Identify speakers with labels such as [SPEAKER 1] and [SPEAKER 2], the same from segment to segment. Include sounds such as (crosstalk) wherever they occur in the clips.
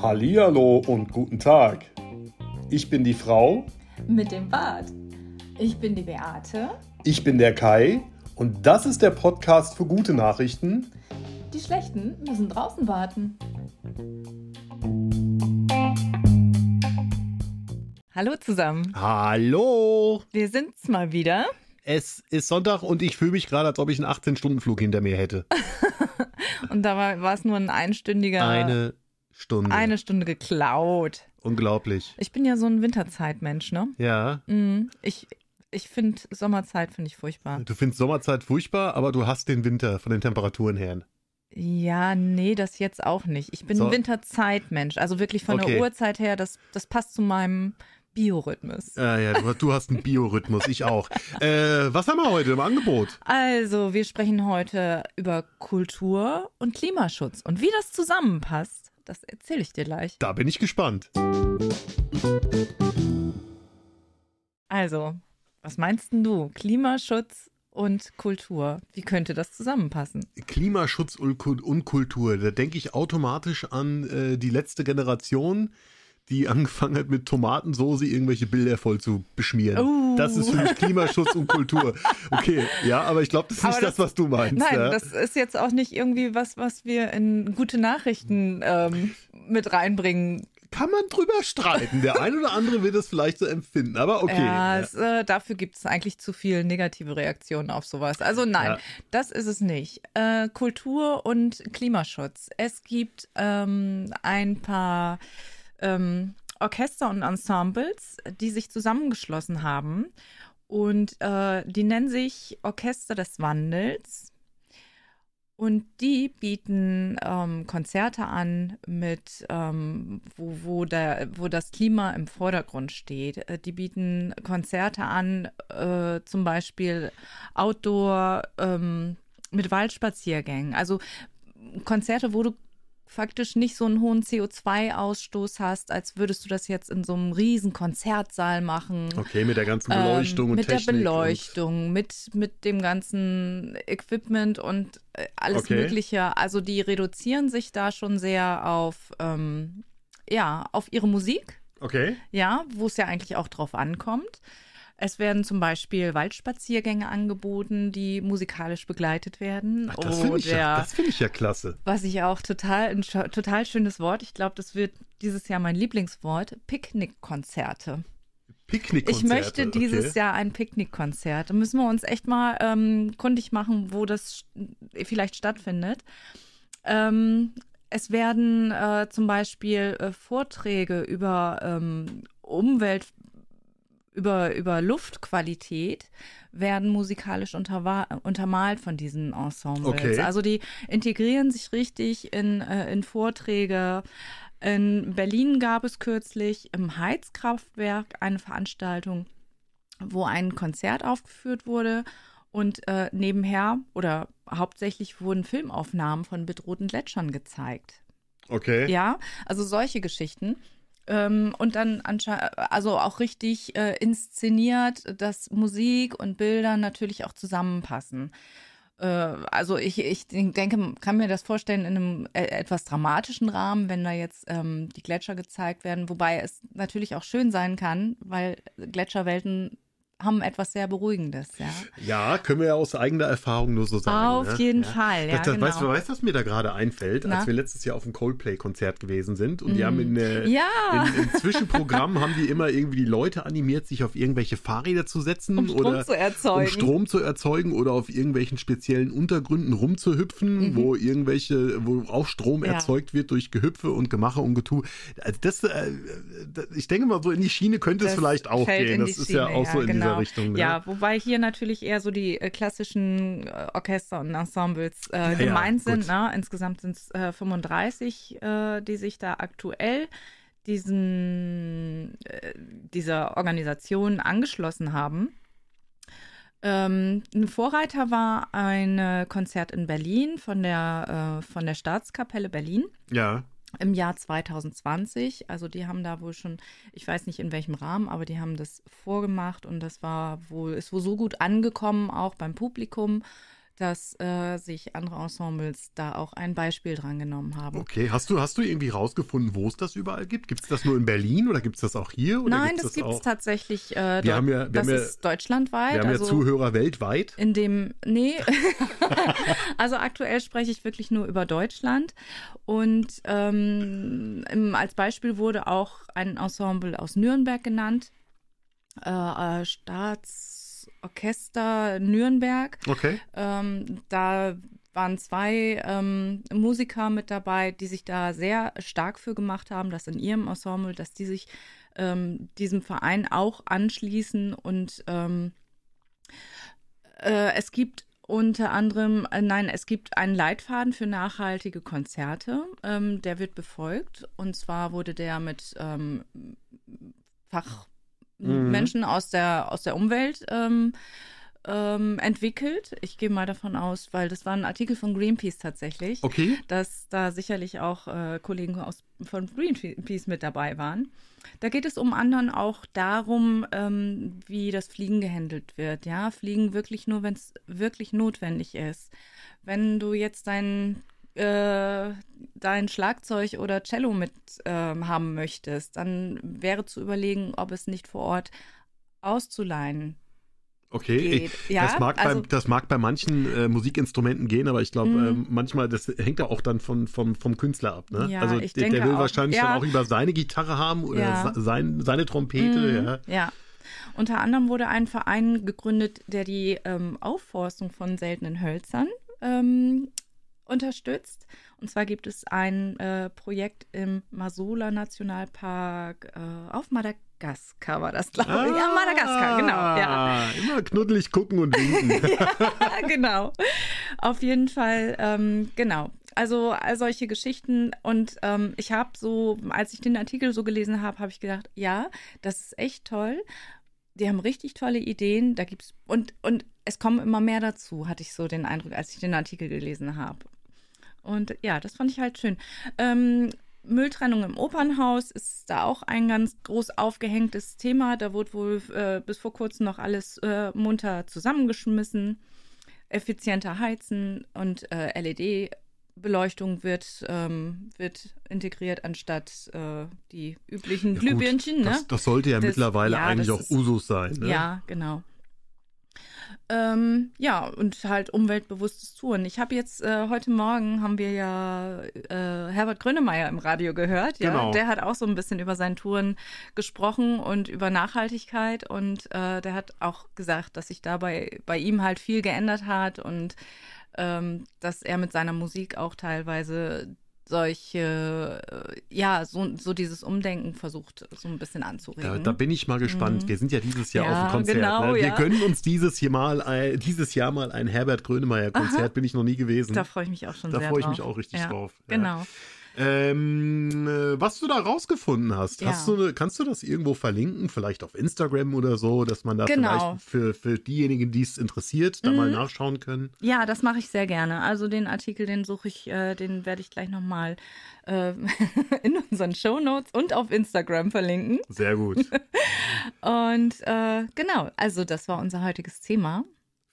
[SPEAKER 1] Hallihallo und guten Tag. Ich bin die Frau,
[SPEAKER 2] mit dem Bart. Ich bin die Beate,
[SPEAKER 1] ich bin der Kai und das ist der Podcast für gute Nachrichten.
[SPEAKER 2] die Schlechten müssen draußen warten. Hallo zusammen,
[SPEAKER 1] Hallo!
[SPEAKER 2] wir sind's mal wieder.
[SPEAKER 1] Es ist Sonntag und ich fühle mich gerade, als ob ich einen 18-Stunden-Flug hinter mir hätte.
[SPEAKER 2] Und da war, war es nur ein einstündiger,
[SPEAKER 1] Eine Stunde.
[SPEAKER 2] eine Stunde geklaut.
[SPEAKER 1] Unglaublich.
[SPEAKER 2] Ich bin ja so ein Winterzeitmensch, ne?
[SPEAKER 1] Ja.
[SPEAKER 2] Mm, Ich, ich finde Sommerzeit finde ich furchtbar.
[SPEAKER 1] Du findest Sommerzeit furchtbar, aber du hast den Winter von den Temperaturen her.
[SPEAKER 2] Ja, nee, das jetzt auch nicht. Ich bin
[SPEAKER 1] So.
[SPEAKER 2] ein Winterzeitmensch. Also wirklich von
[SPEAKER 1] Okay.
[SPEAKER 2] der Uhrzeit her, das, das passt zu meinem Biorhythmus.
[SPEAKER 1] Ah, ja, du, du hast einen Biorhythmus, ich auch. Äh, was haben wir heute im Angebot?
[SPEAKER 2] Also, wir sprechen heute über Kultur und Klimaschutz. Und wie das zusammenpasst, das erzähle ich dir gleich.
[SPEAKER 1] Da bin ich gespannt.
[SPEAKER 2] Also, was meinst denn du? Klimaschutz und Kultur. Wie könnte das zusammenpassen?
[SPEAKER 1] Klimaschutz und Kul- und Kultur, da denke ich automatisch an äh, die letzte Generation, die (laughs) angefangen hat mit Tomatensoße irgendwelche Bilder voll zu beschmieren.
[SPEAKER 2] Oh.
[SPEAKER 1] Das ist für mich Klimaschutz und Kultur. Okay, ja, aber ich glaube, das ist
[SPEAKER 2] Aber
[SPEAKER 1] nicht das,
[SPEAKER 2] das-
[SPEAKER 1] was du meinst.
[SPEAKER 2] Nein,
[SPEAKER 1] ja.
[SPEAKER 2] das ist jetzt auch nicht irgendwie was, was wir in gute Nachrichten ähm, mit reinbringen.
[SPEAKER 1] kann man drüber streiten. Der ein oder andere wird es vielleicht so empfinden, aber okay.
[SPEAKER 2] Ja,
[SPEAKER 1] Ja.
[SPEAKER 2] es, äh, dafür gibt es eigentlich zu viele negative Reaktionen auf sowas. Also nein,
[SPEAKER 1] Ja.
[SPEAKER 2] das ist es nicht. Äh, Kultur und Klimaschutz. Es gibt ähm, ein paar ähm, Orchester und Ensembles, die sich zusammengeschlossen haben. Und äh, die nennen sich Orchester des Wandels. Und die bieten ähm, Konzerte an, mit, ähm, wo, wo, der, wo das Klima im Vordergrund steht. Äh, Die bieten Konzerte an, äh, zum Beispiel Outdoor ähm, mit Waldspaziergängen. Also Konzerte, wo du faktisch nicht so einen hohen CO2-Ausstoß hast, als würdest du das jetzt in so einem riesen Konzertsaal machen.
[SPEAKER 1] Okay, mit der ganzen Beleuchtung
[SPEAKER 2] Ähm,
[SPEAKER 1] und
[SPEAKER 2] mit
[SPEAKER 1] Technik.
[SPEAKER 2] der
[SPEAKER 1] und-
[SPEAKER 2] Beleuchtung, mit, mit dem ganzen Equipment und äh, alles
[SPEAKER 1] Okay.
[SPEAKER 2] Mögliche. Also die reduzieren sich da schon sehr auf, ähm, ja, auf ihre Musik,
[SPEAKER 1] Okay.
[SPEAKER 2] ja, wo es ja eigentlich auch drauf ankommt. Es werden zum Beispiel Waldspaziergänge angeboten, die musikalisch begleitet werden.
[SPEAKER 1] Ach, das finde ich, ja,
[SPEAKER 2] Oder-
[SPEAKER 1] das find ich ja klasse.
[SPEAKER 2] was ich auch total, ein scho- total schönes Wort, ich glaube, das wird dieses Jahr mein Lieblingswort, Picknickkonzerte. Ich
[SPEAKER 1] Picknickkonzerte.
[SPEAKER 2] möchte dieses
[SPEAKER 1] okay.
[SPEAKER 2] Jahr ein Picknickkonzert. Da müssen wir uns echt mal ähm, kundig machen, wo das st- vielleicht stattfindet. Ähm, es werden äh, zum Beispiel äh, Vorträge über ähm, Umwelt, über, über Luftqualität werden musikalisch unterwa- untermalt von diesen Ensembles.
[SPEAKER 1] Okay.
[SPEAKER 2] Also die integrieren sich richtig in, äh, in Vorträge. In Berlin gab es kürzlich im Heizkraftwerk eine Veranstaltung, wo ein Konzert aufgeführt wurde und äh, nebenher oder hauptsächlich wurden Filmaufnahmen von bedrohten Gletschern gezeigt.
[SPEAKER 1] Okay.
[SPEAKER 2] Ja, also solche Geschichten. Ähm, und dann anschei- also auch richtig äh, inszeniert, dass Musik und Bilder natürlich auch zusammenpassen. Äh, also ich, ich denke, kann mir das vorstellen in einem äh, etwas dramatischen Rahmen, wenn da jetzt ähm, die Gletscher gezeigt werden, wobei es natürlich auch schön sein kann, weil Gletscherwelten haben etwas sehr Beruhigendes, ja.
[SPEAKER 1] Ja, können wir ja aus eigener Erfahrung nur so sagen.
[SPEAKER 2] Auf
[SPEAKER 1] ne?
[SPEAKER 2] jeden
[SPEAKER 1] ja.
[SPEAKER 2] Fall, ja,
[SPEAKER 1] Das, das,
[SPEAKER 2] genau.
[SPEAKER 1] weißt, du, weißt du, was mir da gerade einfällt? Als
[SPEAKER 2] Na? Mm.
[SPEAKER 1] wir letztes Jahr auf dem Coldplay-Konzert gewesen sind und die haben in, äh,
[SPEAKER 2] Ja.
[SPEAKER 1] in, im Zwischenprogramm haben die immer irgendwie die Leute animiert, sich auf irgendwelche Fahrräder zu setzen
[SPEAKER 2] Um Strom
[SPEAKER 1] oder
[SPEAKER 2] zu erzeugen.
[SPEAKER 1] um Strom zu erzeugen oder auf irgendwelchen speziellen Untergründen rumzuhüpfen, wo irgendwelche, wo auch Strom
[SPEAKER 2] Mhm. Ja.
[SPEAKER 1] erzeugt wird durch Gehüpfe und Gemache und Getu. Also das, äh, das, ich denke mal, so in die Schiene könnte es
[SPEAKER 2] Das
[SPEAKER 1] vielleicht auch
[SPEAKER 2] fällt
[SPEAKER 1] gehen.
[SPEAKER 2] in die
[SPEAKER 1] Das ist ja
[SPEAKER 2] Schiene,
[SPEAKER 1] auch so in dieser
[SPEAKER 2] genau.
[SPEAKER 1] Richtung. Ne?
[SPEAKER 2] Ja, wobei hier natürlich eher so die äh, klassischen äh, Orchester und Ensembles äh,
[SPEAKER 1] ja,
[SPEAKER 2] gemeint
[SPEAKER 1] gut.
[SPEAKER 2] sind. Ne? Insgesamt sind es äh, 35, äh, die sich da aktuell diesen, äh, dieser Organisation angeschlossen haben. Ähm, ein Vorreiter war ein äh, Konzert in Berlin von der, äh, von der Staatskapelle Berlin
[SPEAKER 1] ja.
[SPEAKER 2] im Jahr 2020. Also die haben da wohl schon, ich weiß nicht in welchem Rahmen, aber die haben das vorgemacht und das war wohl, ist wohl so gut angekommen, auch beim Publikum, dass äh, sich andere Ensembles da auch ein Beispiel dran genommen haben.
[SPEAKER 1] Okay, hast du, hast du irgendwie rausgefunden, wo es das überall gibt? Gibt es das nur in Berlin oder gibt es das auch hier? Oder
[SPEAKER 2] Nein,
[SPEAKER 1] gibt's
[SPEAKER 2] das gibt
[SPEAKER 1] auch-
[SPEAKER 2] es tatsächlich. Äh,
[SPEAKER 1] Wir
[SPEAKER 2] dort-
[SPEAKER 1] haben ja- wir
[SPEAKER 2] das
[SPEAKER 1] haben ja-
[SPEAKER 2] ist deutschlandweit.
[SPEAKER 1] Wir haben ja
[SPEAKER 2] also
[SPEAKER 1] Zuhörer weltweit.
[SPEAKER 2] in dem, nee, (laughs) also aktuell spreche ich wirklich nur über Deutschland. Und ähm, im, als Beispiel wurde auch ein Ensemble aus Nürnberg genannt, äh, äh, Staatsorchester Nürnberg.
[SPEAKER 1] Okay.
[SPEAKER 2] Ähm, da waren zwei ähm, Musiker mit dabei, die sich da sehr stark für gemacht haben, dass in ihrem Ensemble, dass die sich ähm, diesem Verein auch anschließen. Und ähm, äh, es gibt unter anderem, äh, nein, es gibt einen Leitfaden für nachhaltige Konzerte, ähm, der wird befolgt. Und zwar wurde der mit ähm,
[SPEAKER 1] Mhm.
[SPEAKER 2] Fachmenschen aus der, aus der Umwelt ähm, ähm, entwickelt. Ich gehe mal davon aus, weil das war ein Artikel von Greenpeace tatsächlich,
[SPEAKER 1] Okay.
[SPEAKER 2] dass da sicherlich auch äh, Kollegen aus, von Greenpeace mit dabei waren. Da geht es um anderen auch darum, ähm, wie das Fliegen gehandelt wird. Ja, Fliegen wirklich nur, wenn es wirklich notwendig ist. Wenn du jetzt dein äh, dein Schlagzeug oder Cello mit ähm, haben möchtest, dann wäre zu überlegen, ob es nicht vor Ort auszuleihen
[SPEAKER 1] Okay.
[SPEAKER 2] geht.
[SPEAKER 1] Ich- das,
[SPEAKER 2] Ja,
[SPEAKER 1] mag
[SPEAKER 2] also-
[SPEAKER 1] bei, das mag bei manchen äh, Musikinstrumenten gehen, aber ich glaube,
[SPEAKER 2] Mhm.
[SPEAKER 1] ähm, manchmal, das hängt ja auch dann von, vom, vom Künstler ab. Ne?
[SPEAKER 2] Ja,
[SPEAKER 1] also
[SPEAKER 2] ich
[SPEAKER 1] der, der
[SPEAKER 2] denke
[SPEAKER 1] will
[SPEAKER 2] auch.
[SPEAKER 1] wahrscheinlich
[SPEAKER 2] Ja.
[SPEAKER 1] dann auch über seine Gitarre haben oder
[SPEAKER 2] Ja.
[SPEAKER 1] se- sein, seine Trompete.
[SPEAKER 2] Mhm,
[SPEAKER 1] Ja.
[SPEAKER 2] ja. Unter anderem wurde ein Verein gegründet, der die ähm, Aufforstung von seltenen Hölzern ähm, unterstützt. Und zwar gibt es ein äh, Projekt im Masola Nationalpark äh, auf Madagaskar war das, glaube ich. Ja, Madagaskar, genau. Ja. (laughs)
[SPEAKER 1] Ah, Immer knuddelig gucken und winken.
[SPEAKER 2] genau. Auf jeden Fall, ähm, genau. Also all solche Geschichten. Und ähm, ich habe so, als ich den Artikel so gelesen habe, habe ich gedacht, ja, das ist echt toll. Die haben richtig tolle Ideen. Da gibt's und und es kommen immer mehr dazu, hatte ich so den Eindruck, als ich den Artikel gelesen habe. Und ja, das fand ich halt schön. Ähm, Mülltrennung im Opernhaus ist da auch ein ganz groß aufgehängtes Thema. Da wurde wohl äh, bis vor kurzem noch alles äh, munter zusammengeschmissen. Effizienter Heizen und äh, LED-Beleuchtung wird, ähm, wird integriert anstatt äh, die üblichen
[SPEAKER 1] Ja, gut,
[SPEAKER 2] Glühbirnchen. ne?
[SPEAKER 1] Das, das sollte ja
[SPEAKER 2] Das-
[SPEAKER 1] mittlerweile
[SPEAKER 2] ja,
[SPEAKER 1] eigentlich
[SPEAKER 2] das
[SPEAKER 1] auch
[SPEAKER 2] ist-
[SPEAKER 1] Usus sein. Ne?
[SPEAKER 2] Ja, genau. Ähm, ja, und halt umweltbewusstes Touren. Ich habe jetzt, äh, heute Morgen haben wir ja äh, Herbert Grönemeyer im Radio gehört. Ja?
[SPEAKER 1] Genau.
[SPEAKER 2] Der hat auch so ein bisschen über seine Touren gesprochen und über Nachhaltigkeit. Und äh, der hat auch gesagt, dass sich dabei bei ihm halt viel geändert hat und ähm, dass er mit seiner Musik auch teilweise solche, äh, ja, so, so dieses Umdenken versucht, so ein bisschen anzuregen.
[SPEAKER 1] Da, da bin ich mal gespannt. Wir sind ja dieses Jahr
[SPEAKER 2] Mhm. Ja,
[SPEAKER 1] auf dem Konzert.
[SPEAKER 2] genau,
[SPEAKER 1] ne? Wir
[SPEAKER 2] ja.
[SPEAKER 1] gönnen uns dieses Jahr mal ein, dieses Jahr mal ein Herbert Grönemeyer Konzert. Bin ich noch nie gewesen.
[SPEAKER 2] Da freue ich mich auch schon
[SPEAKER 1] Mhm. Da
[SPEAKER 2] sehr
[SPEAKER 1] freue ich
[SPEAKER 2] drauf.
[SPEAKER 1] mich auch richtig
[SPEAKER 2] ja.
[SPEAKER 1] drauf. Ja.
[SPEAKER 2] Genau.
[SPEAKER 1] Ähm, äh, was du da rausgefunden hast,
[SPEAKER 2] Ja.
[SPEAKER 1] hast du, ne- kannst du das irgendwo verlinken, vielleicht auf Instagram oder so, dass man da
[SPEAKER 2] Genau. Mhm.
[SPEAKER 1] vielleicht für, für diejenigen, die es interessiert, da mal nachschauen können?
[SPEAKER 2] Ja, das mache ich sehr gerne. Also den Artikel, den suche ich, äh, den werde ich gleich nochmal äh, (laughs) in unseren Shownotes und auf Instagram verlinken.
[SPEAKER 1] Sehr gut.
[SPEAKER 2] (laughs)
[SPEAKER 1] Finde
[SPEAKER 2] Und äh, genau, also das war unser heutiges Thema.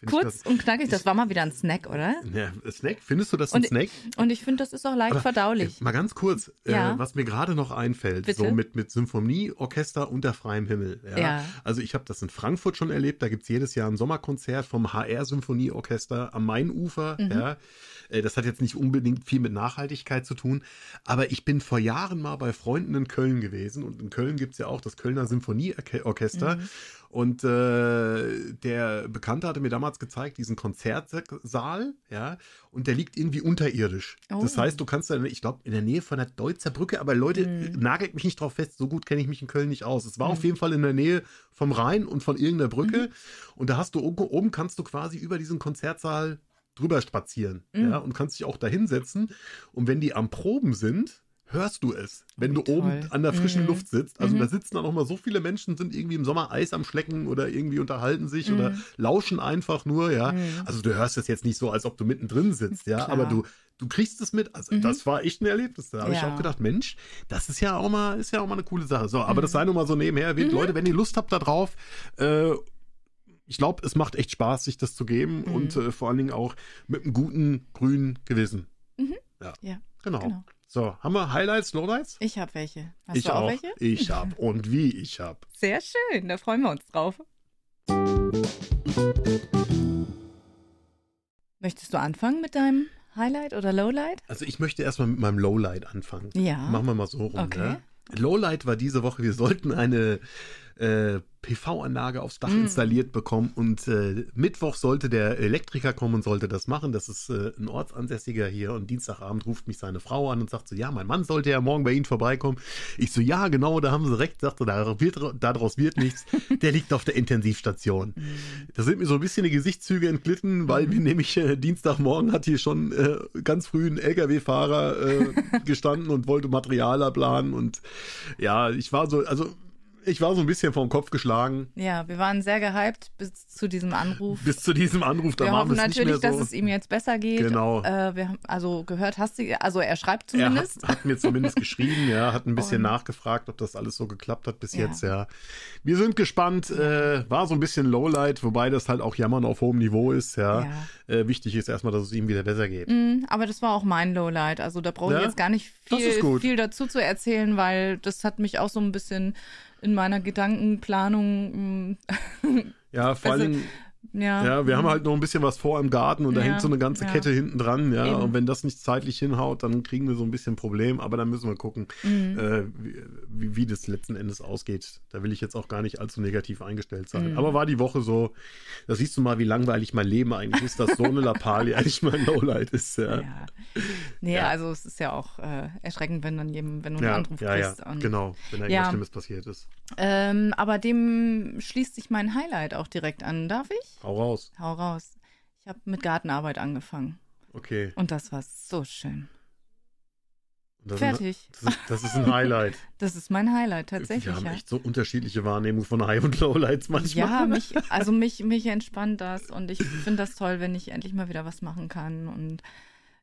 [SPEAKER 1] ich
[SPEAKER 2] Kurz und knackig, das war mal wieder ein Snack, oder?
[SPEAKER 1] Das, ja, Snack? Findest du das ein
[SPEAKER 2] Und-
[SPEAKER 1] Snack?
[SPEAKER 2] Und ich finde, das ist auch leicht
[SPEAKER 1] Aber,
[SPEAKER 2] verdaulich.
[SPEAKER 1] Mal ganz kurz, äh,
[SPEAKER 2] Ja.
[SPEAKER 1] was mir gerade noch einfällt,
[SPEAKER 2] Bitte?
[SPEAKER 1] so mit, mit Symphonie, Orchester unter freiem Himmel. Ja.
[SPEAKER 2] Ja.
[SPEAKER 1] Also ich habe das in Frankfurt schon erlebt, da gibt es jedes Jahr ein Sommerkonzert vom HR-Symphonieorchester am Mainufer.
[SPEAKER 2] Mhm.
[SPEAKER 1] Ja. Äh, Das hat jetzt nicht unbedingt viel mit Nachhaltigkeit zu tun, aber ich bin vor Jahren mal bei Freunden in Köln gewesen und in Köln gibt es ja auch das Kölner Symphonieorchester. Und äh, der Bekannte hatte mir damals gezeigt, diesen Konzertsaal, ja, und der liegt irgendwie unterirdisch.
[SPEAKER 2] Oh.
[SPEAKER 1] Das heißt, du kannst dann, ich glaube, in der Nähe von der Deutzer Brücke, aber Leute, äh, nagelt mich nicht drauf fest, so gut kenne ich mich in Köln nicht aus. Es war auf jeden Fall in der Nähe vom Rhein und von irgendeiner Brücke. Und da hast du oben, oben kannst du quasi über diesen Konzertsaal drüber spazieren.
[SPEAKER 2] Mhm.
[SPEAKER 1] Ja, und kannst dich auch da hinsetzen. Und wenn die am Proben sind, hörst du es, wenn du
[SPEAKER 2] Toll.
[SPEAKER 1] oben an der frischen
[SPEAKER 2] Mhm.
[SPEAKER 1] Luft sitzt. Also da sitzen dann auch mal so viele Menschen, sind irgendwie im Sommer Eis am Schlecken oder irgendwie unterhalten sich
[SPEAKER 2] Mhm.
[SPEAKER 1] oder lauschen einfach nur, ja.
[SPEAKER 2] Hm.
[SPEAKER 1] Also du hörst es jetzt nicht so, als ob du mittendrin sitzt, ja,
[SPEAKER 2] Klar. Mhm.
[SPEAKER 1] aber du du kriegst es mit. Also das war echt ein Erlebnis. Da habe ich
[SPEAKER 2] Ja.
[SPEAKER 1] auch gedacht, Mensch, das ist ja auch mal ist ja
[SPEAKER 2] Mhm.
[SPEAKER 1] auch mal eine coole Sache. So, aber das sei nur mal so nebenher erwähnt, Leute, wenn ihr Lust habt da drauf, äh, ich glaube, es macht echt Spaß, sich das zu geben mhm. und äh, vor allen Dingen auch mit einem guten, grünen Gewissen.
[SPEAKER 2] Mhm.
[SPEAKER 1] Ja.
[SPEAKER 2] Ja,
[SPEAKER 1] Genau.
[SPEAKER 2] genau.
[SPEAKER 1] So, haben wir Highlights, Lowlights?
[SPEAKER 2] Ich habe welche. Hast
[SPEAKER 1] ich
[SPEAKER 2] du auch, welche?
[SPEAKER 1] Ich hab. Und wie ich hab.
[SPEAKER 2] Sehr schön, da freuen wir uns drauf. Möchtest du anfangen mit deinem Highlight oder Lowlight?
[SPEAKER 1] Also ich möchte erstmal mit meinem Lowlight anfangen.
[SPEAKER 2] Ja.
[SPEAKER 1] Machen wir mal so rum.
[SPEAKER 2] Okay.
[SPEAKER 1] Ne? Lowlight war diese Woche, wir sollten eine äh, PV-Anlage aufs Dach installiert bekommen und äh, Mittwoch sollte der Elektriker kommen und sollte das machen. Das ist äh, ein Ortsansässiger hier und Dienstagabend ruft mich seine Frau an und sagt so, ja, mein Mann sollte ja morgen bei Ihnen vorbeikommen. Ich so, ja, genau, da haben Sie recht. Sagt so, da wird, daraus wird nichts. Der liegt auf der Intensivstation. Da sind mir so ein bisschen die Gesichtszüge entglitten, weil wir nämlich äh, Dienstagmorgen hat hier schon äh, ganz früh ein LKW-Fahrer äh, gestanden und wollte Materialer planen und ja, ich war so, also ich war so ein bisschen vom Kopf geschlagen
[SPEAKER 2] Ja, wir waren sehr gehypt bis zu diesem Anruf.
[SPEAKER 1] bis zu diesem Anruf. Da
[SPEAKER 2] wir
[SPEAKER 1] machen
[SPEAKER 2] hoffen
[SPEAKER 1] wir es nicht
[SPEAKER 2] natürlich,
[SPEAKER 1] mehr so.
[SPEAKER 2] dass es ihm jetzt besser geht.
[SPEAKER 1] Genau.
[SPEAKER 2] Äh, wir haben, also gehört hast du, also er schreibt
[SPEAKER 1] er hat,
[SPEAKER 2] zumindest.
[SPEAKER 1] hat mir zumindest geschrieben, ja, hat ein bisschen
[SPEAKER 2] Und-
[SPEAKER 1] nachgefragt, ob das alles so geklappt hat bis
[SPEAKER 2] Ja.
[SPEAKER 1] jetzt, ja. Wir sind gespannt, äh, war so ein bisschen Lowlight, wobei das halt auch Jammern auf hohem Niveau ist, ja. Äh, wichtig ist erstmal, dass es ihm wieder besser geht.
[SPEAKER 2] Mm, Aber das war auch mein Lowlight. Also da brauche ich
[SPEAKER 1] Ja?
[SPEAKER 2] jetzt gar nicht
[SPEAKER 1] Das ist
[SPEAKER 2] viel,
[SPEAKER 1] gut.
[SPEAKER 2] viel dazu zu erzählen, weil das hat mich auch so ein bisschen in meiner Gedankenplanung. mm, (laughs)
[SPEAKER 1] Ja, vor
[SPEAKER 2] Also-
[SPEAKER 1] allen Dingen,
[SPEAKER 2] ja, Mhm.
[SPEAKER 1] ja, wir haben halt noch ein bisschen was vor im Garten und da
[SPEAKER 2] Ja,
[SPEAKER 1] hängt so eine ganze
[SPEAKER 2] ja.
[SPEAKER 1] Kette hinten dran, ja.
[SPEAKER 2] Eben.
[SPEAKER 1] Und wenn das nicht zeitlich hinhaut, dann kriegen wir so ein bisschen Problem, aber dann müssen wir gucken,
[SPEAKER 2] Mhm.
[SPEAKER 1] äh, wie, wie- wie das letzten Endes ausgeht. Da will ich jetzt auch gar nicht allzu negativ eingestellt
[SPEAKER 2] Mhm.
[SPEAKER 1] sein. Aber war die Woche so, da siehst du mal, wie langweilig mein Leben eigentlich ist, dass so eine
[SPEAKER 2] (laughs)
[SPEAKER 1] Lappalie eigentlich mein Lowlight ist. Ja, ja,
[SPEAKER 2] ja. Nee,
[SPEAKER 1] Ja.
[SPEAKER 2] also es ist ja auch äh, erschreckend, wenn dann jemand, wenn du einen
[SPEAKER 1] ja,
[SPEAKER 2] Anruf
[SPEAKER 1] ja,
[SPEAKER 2] kriegst. Und,
[SPEAKER 1] genau, wenn da irgendwas
[SPEAKER 2] Ja.
[SPEAKER 1] Schlimmes passiert ist.
[SPEAKER 2] Ähm, aber dem schließt sich mein Highlight auch direkt an. Darf ich?
[SPEAKER 1] Hau raus.
[SPEAKER 2] Hau raus. Ich habe mit Gartenarbeit angefangen
[SPEAKER 1] Okay.
[SPEAKER 2] und das war so schön.
[SPEAKER 1] Das ist ein-
[SPEAKER 2] Fertig.
[SPEAKER 1] Das ist, das ist ein Highlight.
[SPEAKER 2] Das ist mein Highlight (laughs) tatsächlich.
[SPEAKER 1] Also, ne Wir
[SPEAKER 2] ja.
[SPEAKER 1] haben echt so unterschiedliche Wahrnehmungen von High und Lowlights manchmal.
[SPEAKER 2] Ja, mich, also mich, mich entspannt das und ich finde das toll, wenn ich endlich mal wieder was machen kann. Und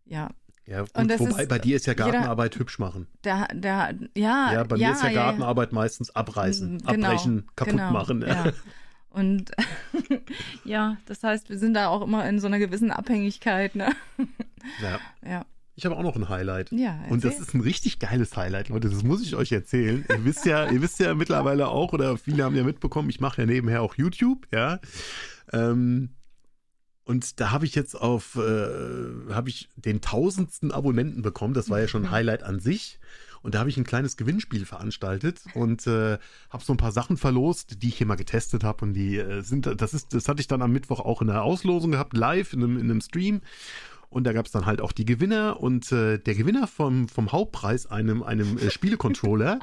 [SPEAKER 2] ja,
[SPEAKER 1] Ja, gut,
[SPEAKER 2] Und das
[SPEAKER 1] wobei
[SPEAKER 2] ist-
[SPEAKER 1] bei dir ist ja
[SPEAKER 2] jeder-
[SPEAKER 1] Gartenarbeit hübsch machen.
[SPEAKER 2] da, da, ja.
[SPEAKER 1] Ja, bei mir ist ja Gartenarbeit meistens abreißen,
[SPEAKER 2] Genau,
[SPEAKER 1] abbrechen, kaputt
[SPEAKER 2] genau,
[SPEAKER 1] machen. (laughs)
[SPEAKER 2] Ja. Und (laughs) ja, das heißt, wir sind da auch immer in so einer gewissen Abhängigkeit, ne?
[SPEAKER 1] Ja.
[SPEAKER 2] Ja,
[SPEAKER 1] Ich habe auch noch ein Highlight.
[SPEAKER 2] ja.
[SPEAKER 1] Und das
[SPEAKER 2] erzähl.
[SPEAKER 1] ist ein richtig geiles Highlight, Leute. Das muss ich euch erzählen. Ihr wisst ja, ihr wisst ja mittlerweile auch, oder viele haben ja mitbekommen, ich mache ja nebenher auch YouTube, ja. Ähm, und da habe ich jetzt auf, äh, habe ich den tausendsten Abonnenten bekommen. Das war ja schon ein Highlight an sich. Und da habe ich ein kleines Gewinnspiel veranstaltet und äh, habe so ein paar Sachen verlost, die ich hier mal getestet habe. Und die äh, sind, das ist, das hatte ich dann am Mittwoch auch in der Auslosung gehabt, live in einem, in einem Stream. Und da gab es dann halt auch die Gewinner. Und äh, der Gewinner vom, vom Hauptpreis, einem, einem äh, Spielecontroller,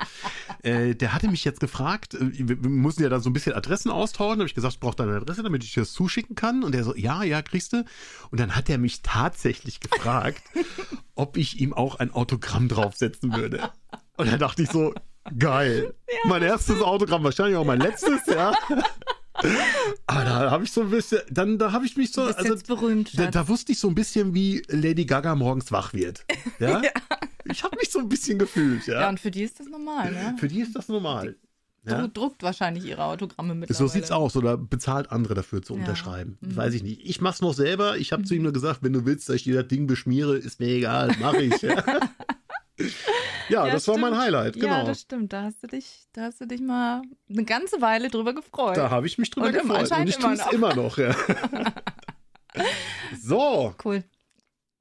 [SPEAKER 1] äh, der hatte mich jetzt gefragt, äh, wir, wir mussten ja dann so ein bisschen Adressen austauschen. Da habe ich gesagt, ich brauche deine Adresse, damit ich dir das zuschicken kann. Und der so, ja, ja, kriegst du. Und dann hat er mich tatsächlich gefragt, ob ich ihm auch ein Autogramm draufsetzen würde. Und da dachte ich so, geil. mein erstes Autogramm, wahrscheinlich auch mein letztes, ja. Aber da habe ich so ein bisschen, dann da habe ich mich so,
[SPEAKER 2] Du bist
[SPEAKER 1] also
[SPEAKER 2] jetzt berühmt,
[SPEAKER 1] da,
[SPEAKER 2] Schatz.
[SPEAKER 1] da wusste ich so ein bisschen, wie Lady Gaga morgens
[SPEAKER 2] (laughs)
[SPEAKER 1] wach wird. Ja? Ich habe mich so ein bisschen gefühlt, ja.
[SPEAKER 2] ja, und für die ist das normal, ne?
[SPEAKER 1] Für die ist das normal. Ja?
[SPEAKER 2] Du druckt wahrscheinlich ihre Autogramme mittlerweile.
[SPEAKER 1] So sieht's aus oder bezahlt andere dafür zu
[SPEAKER 2] Ja. Mhm.
[SPEAKER 1] unterschreiben. Weiß ich nicht. Ich mach's noch selber. Ich habe zu ihm nur gesagt, wenn du willst, dass ich dir das Ding beschmiere, ist mir egal, mach ich.
[SPEAKER 2] (laughs)
[SPEAKER 1] Ja, ja,
[SPEAKER 2] Ja,
[SPEAKER 1] das war
[SPEAKER 2] stimmt.
[SPEAKER 1] mein Highlight,
[SPEAKER 2] Ja,
[SPEAKER 1] genau.
[SPEAKER 2] das stimmt. Da hast du dich, da hast du dich mal eine ganze Weile drüber gefreut.
[SPEAKER 1] da habe ich mich drüber
[SPEAKER 2] Und im
[SPEAKER 1] gefreut und
[SPEAKER 2] Anschein
[SPEAKER 1] ich
[SPEAKER 2] immer
[SPEAKER 1] tue es immer
[SPEAKER 2] (laughs)
[SPEAKER 1] noch. Ja. so,
[SPEAKER 2] Cool.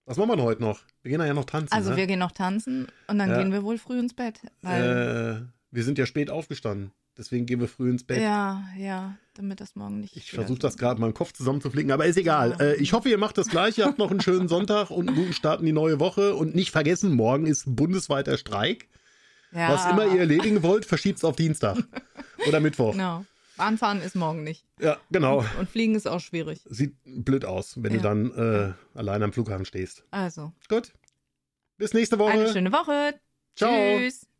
[SPEAKER 1] was machen wir denn heute noch? Wir gehen ja noch tanzen.
[SPEAKER 2] Also
[SPEAKER 1] ne?
[SPEAKER 2] wir gehen noch tanzen und dann
[SPEAKER 1] Ja.
[SPEAKER 2] gehen wir wohl früh ins Bett. Weil,
[SPEAKER 1] Äh, wir sind ja spät aufgestanden. Deswegen gehen wir früh ins Bett.
[SPEAKER 2] ja, ja, damit das morgen nicht.
[SPEAKER 1] Ich
[SPEAKER 2] wieder
[SPEAKER 1] versuche
[SPEAKER 2] so-
[SPEAKER 1] das gerade in meinem Kopf zusammenzuflicken, aber ist egal.
[SPEAKER 2] Ja.
[SPEAKER 1] Äh, ich hoffe, ihr macht das gleiche. Habt noch einen schönen Sonntag und einen guten Start in die neue Woche. Und nicht vergessen, morgen ist bundesweiter Streik.
[SPEAKER 2] Ja,
[SPEAKER 1] Was immer ihr erledigen wollt, verschiebt es auf
[SPEAKER 2] (laughs)
[SPEAKER 1] Dienstag oder Mittwoch.
[SPEAKER 2] Genau. Bahnfahren ist morgen nicht.
[SPEAKER 1] Ja, genau.
[SPEAKER 2] Und fliegen ist auch schwierig.
[SPEAKER 1] Sieht blöd aus, wenn du
[SPEAKER 2] Ja.
[SPEAKER 1] dann äh, allein am Flughafen stehst.
[SPEAKER 2] Also,
[SPEAKER 1] Gut. Bis nächste Woche.
[SPEAKER 2] eine schöne Woche.
[SPEAKER 1] Ciao.
[SPEAKER 2] Tschüss.